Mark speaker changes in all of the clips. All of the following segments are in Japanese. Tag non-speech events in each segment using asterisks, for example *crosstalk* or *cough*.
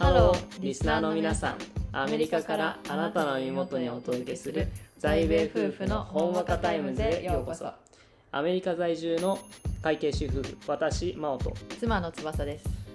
Speaker 1: ローリスナーの皆さんアメリカからあなたの身元にお届けする在米夫婦のほんわかタイムズへようこそアメリカ在住の会計主婦私真央と
Speaker 2: 妻の翼です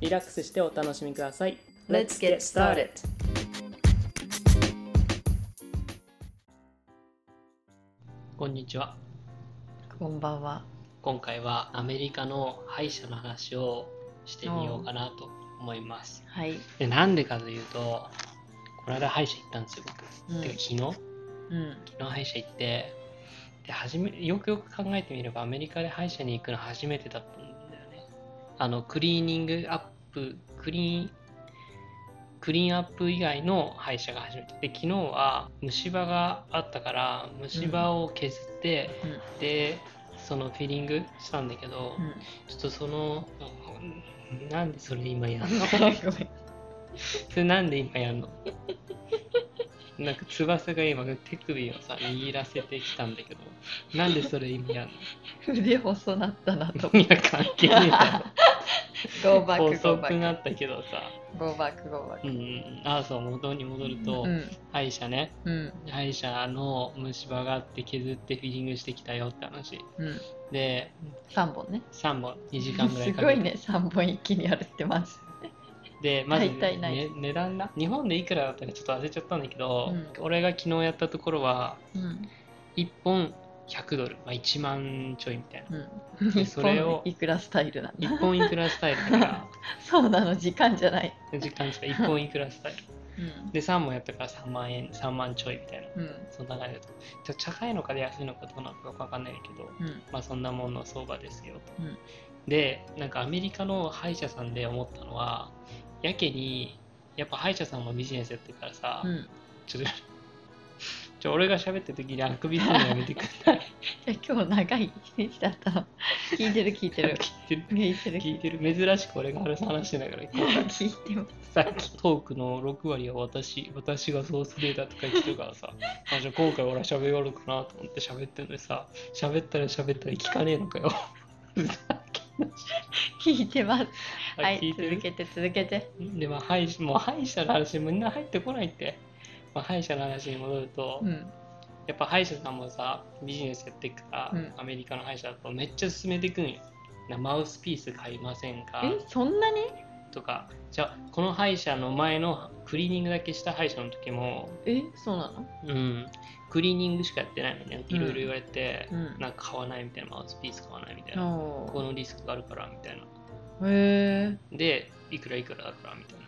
Speaker 1: リラックスしてお楽しみください
Speaker 2: Let's get started.
Speaker 1: こんにちは
Speaker 2: こんばんは
Speaker 1: 今回はアメリカの歯医者の話をしてみようかなと思います
Speaker 2: はい、
Speaker 1: でなんでかというとこの間歯医者行ったんですよ
Speaker 2: う
Speaker 1: 僕、
Speaker 2: ん
Speaker 1: てか昨日昨
Speaker 2: うん、
Speaker 1: 日歯医者行ってで初めよくよく考えてみればアメリカで歯医者に行くの初めてだったんだよねあのクリーニングアップクリーンクリーンアップ以外の歯医者が初めてで昨日は虫歯があったから虫歯を削って、
Speaker 2: う
Speaker 1: でそのフィリングしたんだけど、
Speaker 2: うん、
Speaker 1: ちょっとそのうんなんでそれ今やんの
Speaker 2: ごめん
Speaker 1: それなんで今やんのなんか翼が今手首をさ握らせてきたんだけどなんでそれ今やん
Speaker 2: 腕細なったなと
Speaker 1: のいや関係ねえだ
Speaker 2: ゴーバ
Speaker 1: ろ
Speaker 2: ックゴ
Speaker 1: 遅
Speaker 2: ーバ
Speaker 1: くな
Speaker 2: ック
Speaker 1: ったけどさ
Speaker 2: ゴーバックゴーバッ
Speaker 1: う
Speaker 2: ク
Speaker 1: んうんああそう元に戻ると、
Speaker 2: うん
Speaker 1: 歯医者ね
Speaker 2: うん
Speaker 1: 歯医者の虫歯があって削ってフィリングしてきたよって話
Speaker 2: うん
Speaker 1: で
Speaker 2: 3本ね
Speaker 1: 3本2時間ぐら
Speaker 2: す
Speaker 1: いか
Speaker 2: ご
Speaker 1: け
Speaker 2: い
Speaker 1: て、
Speaker 2: ね3本一気にやるってます
Speaker 1: でまず、
Speaker 2: 大体ない
Speaker 1: ね、値段な日本でいくらだったかちょっと忘れちゃったんだけど、
Speaker 2: うん
Speaker 1: 俺が昨日やったところは
Speaker 2: うん
Speaker 1: 1本100ドル、まあ、1万ちょいみたいな
Speaker 2: うん
Speaker 1: で
Speaker 2: 一
Speaker 1: それを
Speaker 2: 本いくらスタイルなんだ
Speaker 1: 1本いくらスタイルだか
Speaker 2: そうなの時間じゃない
Speaker 1: ら時間した1本いくらスタイル
Speaker 2: うん
Speaker 1: で3本やったから3万円3万ちょいみたいな
Speaker 2: うん
Speaker 1: そんな感じだとちょっと高いのかで安いのかどうなのかよくわかんないけど
Speaker 2: うん
Speaker 1: まあそんなもんの相場ですよと、
Speaker 2: うん
Speaker 1: でなんかアメリカの歯医者さんで思ったのはやけにやっぱ歯医者さんもビジネスやってるからさ、
Speaker 2: うん
Speaker 1: ちょっとちょ俺が喋ってる時にあくびするのやめてくれない
Speaker 2: じゃあ今日長い一日だったの聞いてる聞いて
Speaker 1: 聞
Speaker 2: る
Speaker 1: いてる
Speaker 2: 聞いてる
Speaker 1: 聞いてる珍しく俺が話してないから
Speaker 2: 聞いてます
Speaker 1: さっきトークの6割は私私がソースデータとか言ってるからさあじゃあ今回俺は喋ろうかなと思って喋ってるのにさ喋ったら喋ったら聞かねえのかよふざけんな
Speaker 2: 聞いてます
Speaker 1: あ
Speaker 2: はい
Speaker 1: 聞いて
Speaker 2: 続
Speaker 1: る
Speaker 2: けて続けて
Speaker 1: でまあ歯医者もう歯医者の話みんな入ってこないって、まあ、歯医者の話に戻ると、
Speaker 2: うん
Speaker 1: やっぱ歯医者さんもさビジネスやってくから、
Speaker 2: うん
Speaker 1: アメリカの歯医者だとめっちゃ勧めてくんよなマウスピース買いませんか
Speaker 2: えそんなに
Speaker 1: とかじゃあこの歯医者の前のクリーニングだけした歯医者の時も
Speaker 2: えそうなの
Speaker 1: うん、クリーニングしかやってないみたいないろいろ言われて、
Speaker 2: うん
Speaker 1: なんか買わないみたいなマウスピース買わないみたいな、ここ
Speaker 2: お
Speaker 1: のリスクがあるからみたいな
Speaker 2: ーへ
Speaker 1: でいくらいくらだからみたいな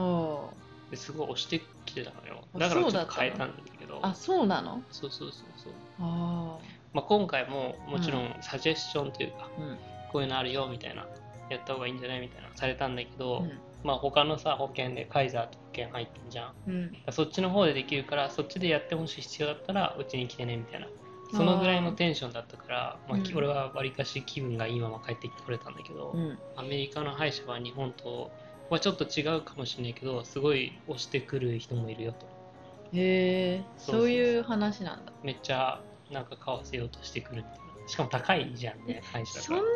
Speaker 2: ーおー
Speaker 1: ですごい押してきてたのよ
Speaker 2: あ
Speaker 1: だから
Speaker 2: そう
Speaker 1: ちょ
Speaker 2: だ
Speaker 1: っ
Speaker 2: っ
Speaker 1: と
Speaker 2: たの
Speaker 1: 変えたんだけど
Speaker 2: あそうなの
Speaker 1: そうそうそうそう、
Speaker 2: あ
Speaker 1: まあ、今回ももちろんサジェスションというか、
Speaker 2: うん
Speaker 1: こういうのあるよみたいなやった方がいいんじゃないみたいなされたんだけ
Speaker 2: あ
Speaker 1: ど、
Speaker 2: うん
Speaker 1: まあ他のさ保険でカイザーと保険入ってんじゃん
Speaker 2: うん
Speaker 1: そっちの方でできるからそっちでやってほしい必要だったらうちに来てねみたいなそのぐらいのテンションだったからまあ
Speaker 2: うん
Speaker 1: 俺はわりかし気分がいいまま帰ってこれたんだけど、
Speaker 2: うん
Speaker 1: アメリカの歯医者は日本とはちょっと違うかもしれないけどすごい押してくる人もいるよと
Speaker 2: へえ
Speaker 1: そうそうそう
Speaker 2: そういう話なんだ
Speaker 1: めっちゃなんか買わせようとしてくるみたいなしかも高いじゃんね歯医者だ
Speaker 2: そ
Speaker 1: か
Speaker 2: ん
Speaker 1: ら
Speaker 2: な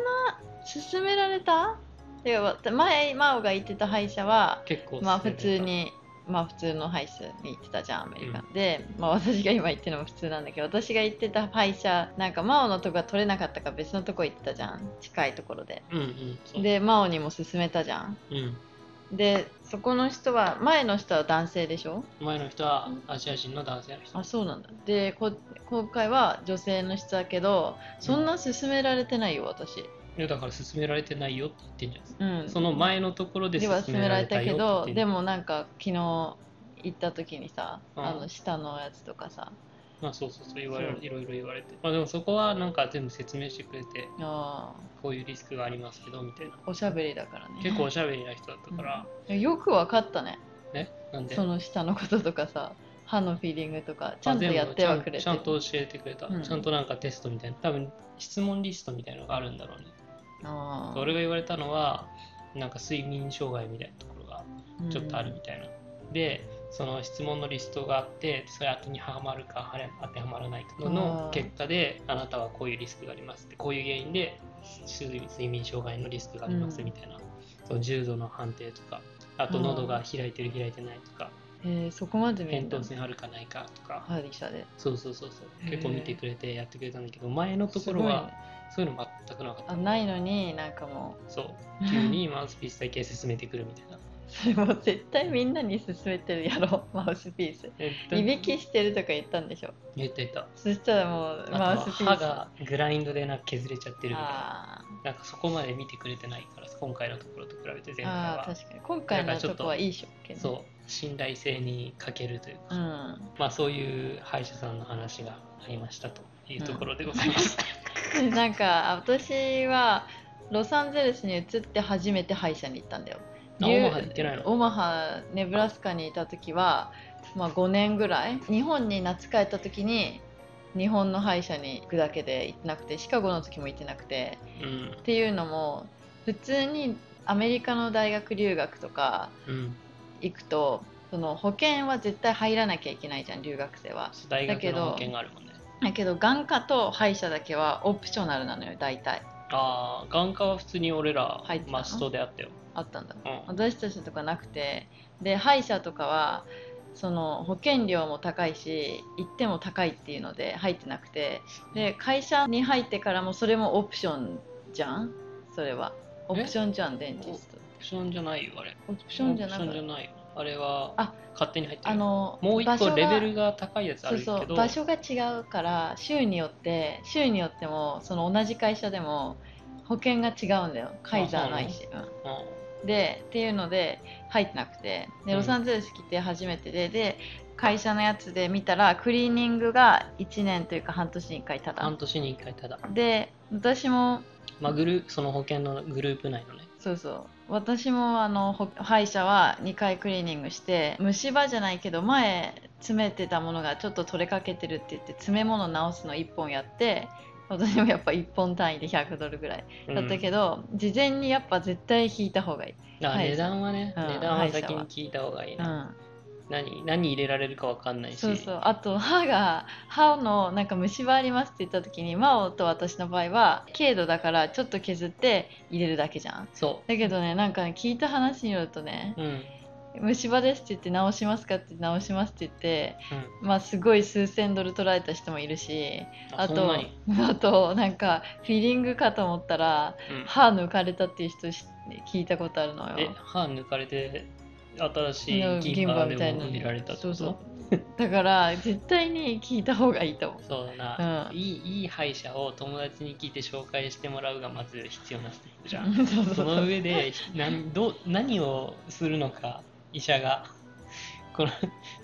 Speaker 2: 勧められたいやわ前真央が行ってた歯医者は
Speaker 1: 結構
Speaker 2: まあ
Speaker 1: 勧
Speaker 2: 普
Speaker 1: められた
Speaker 2: 通にまあ普通の歯医者に行ってたじゃんアメリカ、で、まあ、私が今行ってるのも普通なんだけど私が行ってた歯医者なんか真央のとこが取れなかったから別のとこ行ってたじゃん近いところで
Speaker 1: うんうんそう
Speaker 2: で真央にも勧めたじゃん
Speaker 1: うん
Speaker 2: でそこの人は前の人は男性でしょ
Speaker 1: 前の人はアジア人の男性の人
Speaker 2: あそうなんだでこ今回は女性の人だけどそんな勧められてないよ私
Speaker 1: いやだから勧められてないよって言ってんじゃん
Speaker 2: うん
Speaker 1: その前のところで
Speaker 2: では勧められたけどで
Speaker 1: も、
Speaker 2: もなんか昨日行った時にさ、
Speaker 1: うん
Speaker 2: あの下のやつとかさ
Speaker 1: まあ、そうそうそう言われ
Speaker 2: そう
Speaker 1: いろいろ言われて、まあ、でもそこはなんか全部説明してくれて
Speaker 2: あ
Speaker 1: こういうリスクがありますけどみたいな
Speaker 2: ーおしゃべりだからね
Speaker 1: 結構おしゃべりな人だったから、
Speaker 2: よくわかったね
Speaker 1: えなんで
Speaker 2: その下のこととかさ歯のフィーリングとかちゃんと
Speaker 1: あ全部
Speaker 2: やってはくれて
Speaker 1: ちゃんちゃんと教えてくれた、
Speaker 2: うん
Speaker 1: ちゃんとなんかテストみたいな多分質問リストみたいなのがあるんだろうね
Speaker 2: あー
Speaker 1: 俺が言われたのはなんか睡眠障害みたいなところがちょっとあるみたいな、でその質問のリストがあってそれ当てにはまるかはれ当てはまらないかの
Speaker 2: あ
Speaker 1: の
Speaker 2: ー
Speaker 1: 結果であなたはこういうリスクがありますってこういう原因で睡睡眠障害のリスクがあります
Speaker 2: うん
Speaker 1: みたいな、その重度の判定とかあと
Speaker 2: うん
Speaker 1: 喉が開いてる開いてないとか
Speaker 2: うんへーそこまで見る
Speaker 1: 扁
Speaker 2: んだ
Speaker 1: 桃腺あるかないかとか
Speaker 2: 歯医者で
Speaker 1: そうそうそうそう
Speaker 2: へー
Speaker 1: 結構見てくれてやってくれたんだけど前のところはそういうの全くなか
Speaker 2: すご
Speaker 1: っ
Speaker 2: いね
Speaker 1: た
Speaker 2: あないのになんかも
Speaker 1: そう急にマウスピースだけ進めてくるみたい
Speaker 2: *laughs*
Speaker 1: な
Speaker 2: うそれもう絶対みんなに勧めてるやろマウスピース
Speaker 1: え
Speaker 2: いびきしてるとか言ったんでしょ
Speaker 1: 言ってた
Speaker 2: そしたらもうマ
Speaker 1: あ
Speaker 2: ウ
Speaker 1: と
Speaker 2: スピ
Speaker 1: は歯
Speaker 2: ース
Speaker 1: がグラインドでなんか削れちゃってるみたいな
Speaker 2: あ
Speaker 1: なんかそこまで見てくれてないから今回のところと比べて
Speaker 2: ー
Speaker 1: 前回
Speaker 2: あ
Speaker 1: は
Speaker 2: ー確かに今回のとこはいいしょけどね
Speaker 1: そう信頼性に欠けるというか、
Speaker 2: うん
Speaker 1: まあそういう歯医者さんの話がありましたというところでございます、
Speaker 2: なんか私はロサンゼルスに移って初めて歯医者に行ったんだよ。
Speaker 1: あオマハに行ってないの
Speaker 2: オマハネブラスカにいた時は、まあ、5年ぐらい日本に夏帰った時に日本の歯医者に行くだけで行ってなくてシカゴの時も行ってなくて
Speaker 1: うん
Speaker 2: っていうのも普通にアメリカの大学留学とか
Speaker 1: うん
Speaker 2: 行くとその保険は絶対入らなきゃいけないじゃん留学生は。
Speaker 1: 大学
Speaker 2: だけど
Speaker 1: の保険があるもんね
Speaker 2: だけど眼科と歯医者だけはオプショナルなのよ大体
Speaker 1: ああ眼科は普通に俺ら
Speaker 2: 入ってたの
Speaker 1: マストであったよ、
Speaker 2: あったんだ。
Speaker 1: うん、
Speaker 2: 私たちとかなくてで歯医者とかはその保険料も高いし行っても高いっていうので入ってなくてで会社に入ってからもそれもオプションじゃんそれはオプションじゃんデンティスト
Speaker 1: オプションじゃないよあれ
Speaker 2: オプションじゃな
Speaker 1: オ
Speaker 2: く
Speaker 1: プションじゃないよあれは
Speaker 2: あ
Speaker 1: 勝手に入ってる
Speaker 2: あの
Speaker 1: もう一
Speaker 2: 場所
Speaker 1: 個
Speaker 2: が
Speaker 1: レベルが高いやつあ
Speaker 2: そう
Speaker 1: るけど
Speaker 2: そう場所が違うから州によって州によってもその同じ会社でも保険が違うんだよカイザーないし、うん、でっていうので入ってなくてで
Speaker 1: うん
Speaker 2: ロサンゼルス来て初めてで、で会社のやつで見たらクリーニングが1年というか半年に1回た
Speaker 1: うん、半
Speaker 2: だ
Speaker 1: 年に1回ただ、
Speaker 2: で私も
Speaker 1: まあ、グルーその保険のグループ内のね
Speaker 2: そうそう私もあのほ歯医者は2回クリーニングして虫歯じゃないけど前詰めてたものがちょっと取れかけてるって言って詰め物直すの1本やって私もやっぱ1本単位で100ドルぐらいだったけど、事前にやっぱ絶対引いた方がいい、
Speaker 1: うんだから値段はね、
Speaker 2: はい
Speaker 1: 値段は先
Speaker 2: うん
Speaker 1: に聞いた方がいいうな、
Speaker 2: ん、
Speaker 1: 何何入れられるか分かんないし
Speaker 2: そうそうあと歯が歯のなんか虫歯ありますって言った時に真央と私の場合は軽度だからちょっと削って入れるだけじゃん
Speaker 1: そ
Speaker 2: だけどねなんかね聞いた話によるとね
Speaker 1: う、うんうん、
Speaker 2: 虫歯ですって言って直しますかって直しますって言ってまあすごい数千ドル取られた人もいるしあ
Speaker 1: そん
Speaker 2: と
Speaker 1: なに、
Speaker 2: あとなんかフィーリングかと思ったら
Speaker 1: うん
Speaker 2: 歯抜かれたっていう人し聞いたことあるの
Speaker 1: え
Speaker 2: よ
Speaker 1: 歯抜かれて新し
Speaker 2: の
Speaker 1: い銀歯でも
Speaker 2: の
Speaker 1: 入れられたって
Speaker 2: そ
Speaker 1: こと
Speaker 2: うそうだから絶対に聞いた方がいいと思う
Speaker 1: そうだな、
Speaker 2: うん
Speaker 1: いいいい歯医者を友達に聞いて紹介してもらうがまず必要なステップじゃん
Speaker 2: そうそう
Speaker 1: そ
Speaker 2: そう
Speaker 1: の上でなんどう何をするのか医者がこの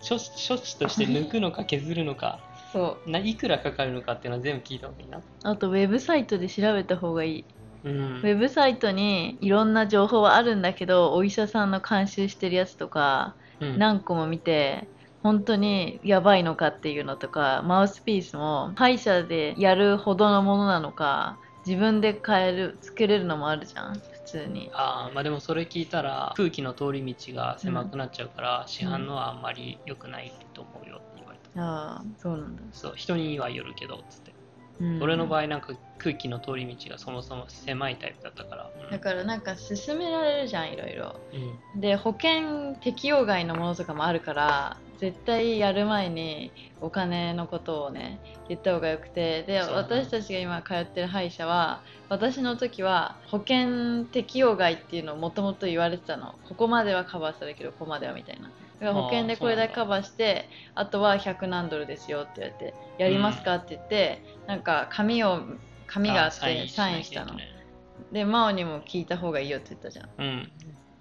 Speaker 1: 処置処置として抜くのか削るのか
Speaker 2: そう
Speaker 1: ないくらかかるのかっていうのは全部聞いた方がいいな
Speaker 2: あとウェブサイトで調べた方がいい、
Speaker 1: うん
Speaker 2: ウェブサイトにいろんな情報はあるんだけどお医者さんの監修してるやつとか
Speaker 1: うん
Speaker 2: 何個も見て本当にやばいのかっていうのとかマウスピースも歯医者でやるほどのものなのか自分で変えるつけれるのもあるじゃん普通に
Speaker 1: あーまあでもそれ聞いたら空気の通り道が狭くなっちゃうから、市販のはあんまり良くないと思うよって言われた、
Speaker 2: ああそうなんだ、
Speaker 1: そう人にはよるけどっつって、
Speaker 2: うん
Speaker 1: 俺の場合なんか空気の通り道がそもそも狭いタイプだったから、うん
Speaker 2: だからなんか勧められるじゃんいろいろ
Speaker 1: うん
Speaker 2: で保険適用外のものとかもあるから絶対やる前にお金のことをね言った方がよくてで
Speaker 1: そうね
Speaker 2: 私たちが今通ってる歯医者は私の時は保険適用外っていうのをもともと言われてたのここまではカバーするけどここまではみたいなだから保険でこれだけカバーしてあとは100何ドルですよって言われてやりますかって言って、なんか紙を紙があっ
Speaker 1: サイ
Speaker 2: て
Speaker 1: ン
Speaker 2: サイ
Speaker 1: な
Speaker 2: ン
Speaker 1: きゃ
Speaker 2: したの
Speaker 1: いけない
Speaker 2: で真央にも聞いた方がいいよって言ったじゃん
Speaker 1: うん、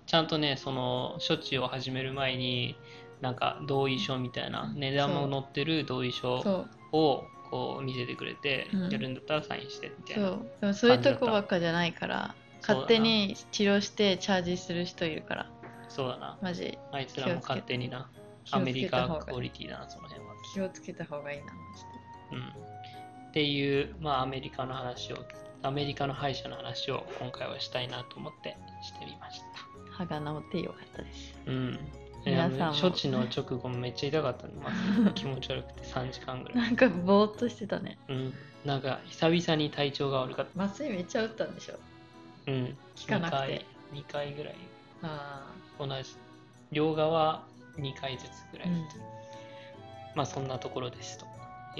Speaker 1: ちゃんとねその処置を始める前になんか同意書みたいな値段も載ってる同意書
Speaker 2: そう
Speaker 1: をこう見せてくれて、
Speaker 2: うん
Speaker 1: やるんだったらサインしてみたい
Speaker 2: そ
Speaker 1: な
Speaker 2: うでもそういうとこばっかじゃないから
Speaker 1: そうだ
Speaker 2: 勝
Speaker 1: な
Speaker 2: 手に治療してチャージする人いるから
Speaker 1: そそうだな。
Speaker 2: マジ
Speaker 1: あいつらも勝手にな。
Speaker 2: 気
Speaker 1: ア
Speaker 2: を
Speaker 1: メ
Speaker 2: つ
Speaker 1: リ
Speaker 2: けた方が
Speaker 1: カクオリティだな、その辺は。
Speaker 2: 気をつけた方がいいなマジで
Speaker 1: うん。っていう、まあ、アメリカの話を、アメリカの歯医者の話を今回はしたいなと思ってしてみました。
Speaker 2: 歯が治ってよかったです
Speaker 1: うん。
Speaker 2: 皆さんも
Speaker 1: あの処置の直後もめっちゃ痛かったの、まず気持ち悪くて3時間ぐら。
Speaker 2: ないんかぼーっとしてたね
Speaker 1: うん。なんか、久々に体調が悪かっ
Speaker 2: 麻酔めっちゃ打ったんでしょ
Speaker 1: た。うん。
Speaker 2: 効かなくて
Speaker 1: 2回、2回ぐらい、
Speaker 2: あ
Speaker 1: 同じ。両側2回ずつぐら
Speaker 2: あ、
Speaker 1: い。
Speaker 2: う
Speaker 1: まあ、そんなところですと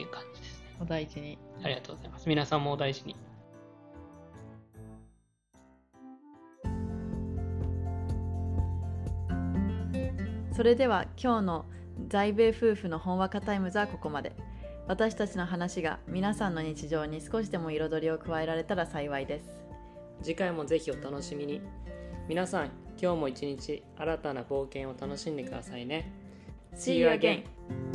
Speaker 1: いう感じですね。
Speaker 2: ん、お大事に
Speaker 1: ありがとうございます。皆さんもお大事に。
Speaker 2: それでは今日の在米夫婦の本わかタイムズはここまで私たちの話が皆さんの日常に少しでも彩りを加えられたら幸いです
Speaker 3: 次回もぜひお楽しみに皆さん今日も一日新たな冒険を楽しんでくださいね
Speaker 2: See you again!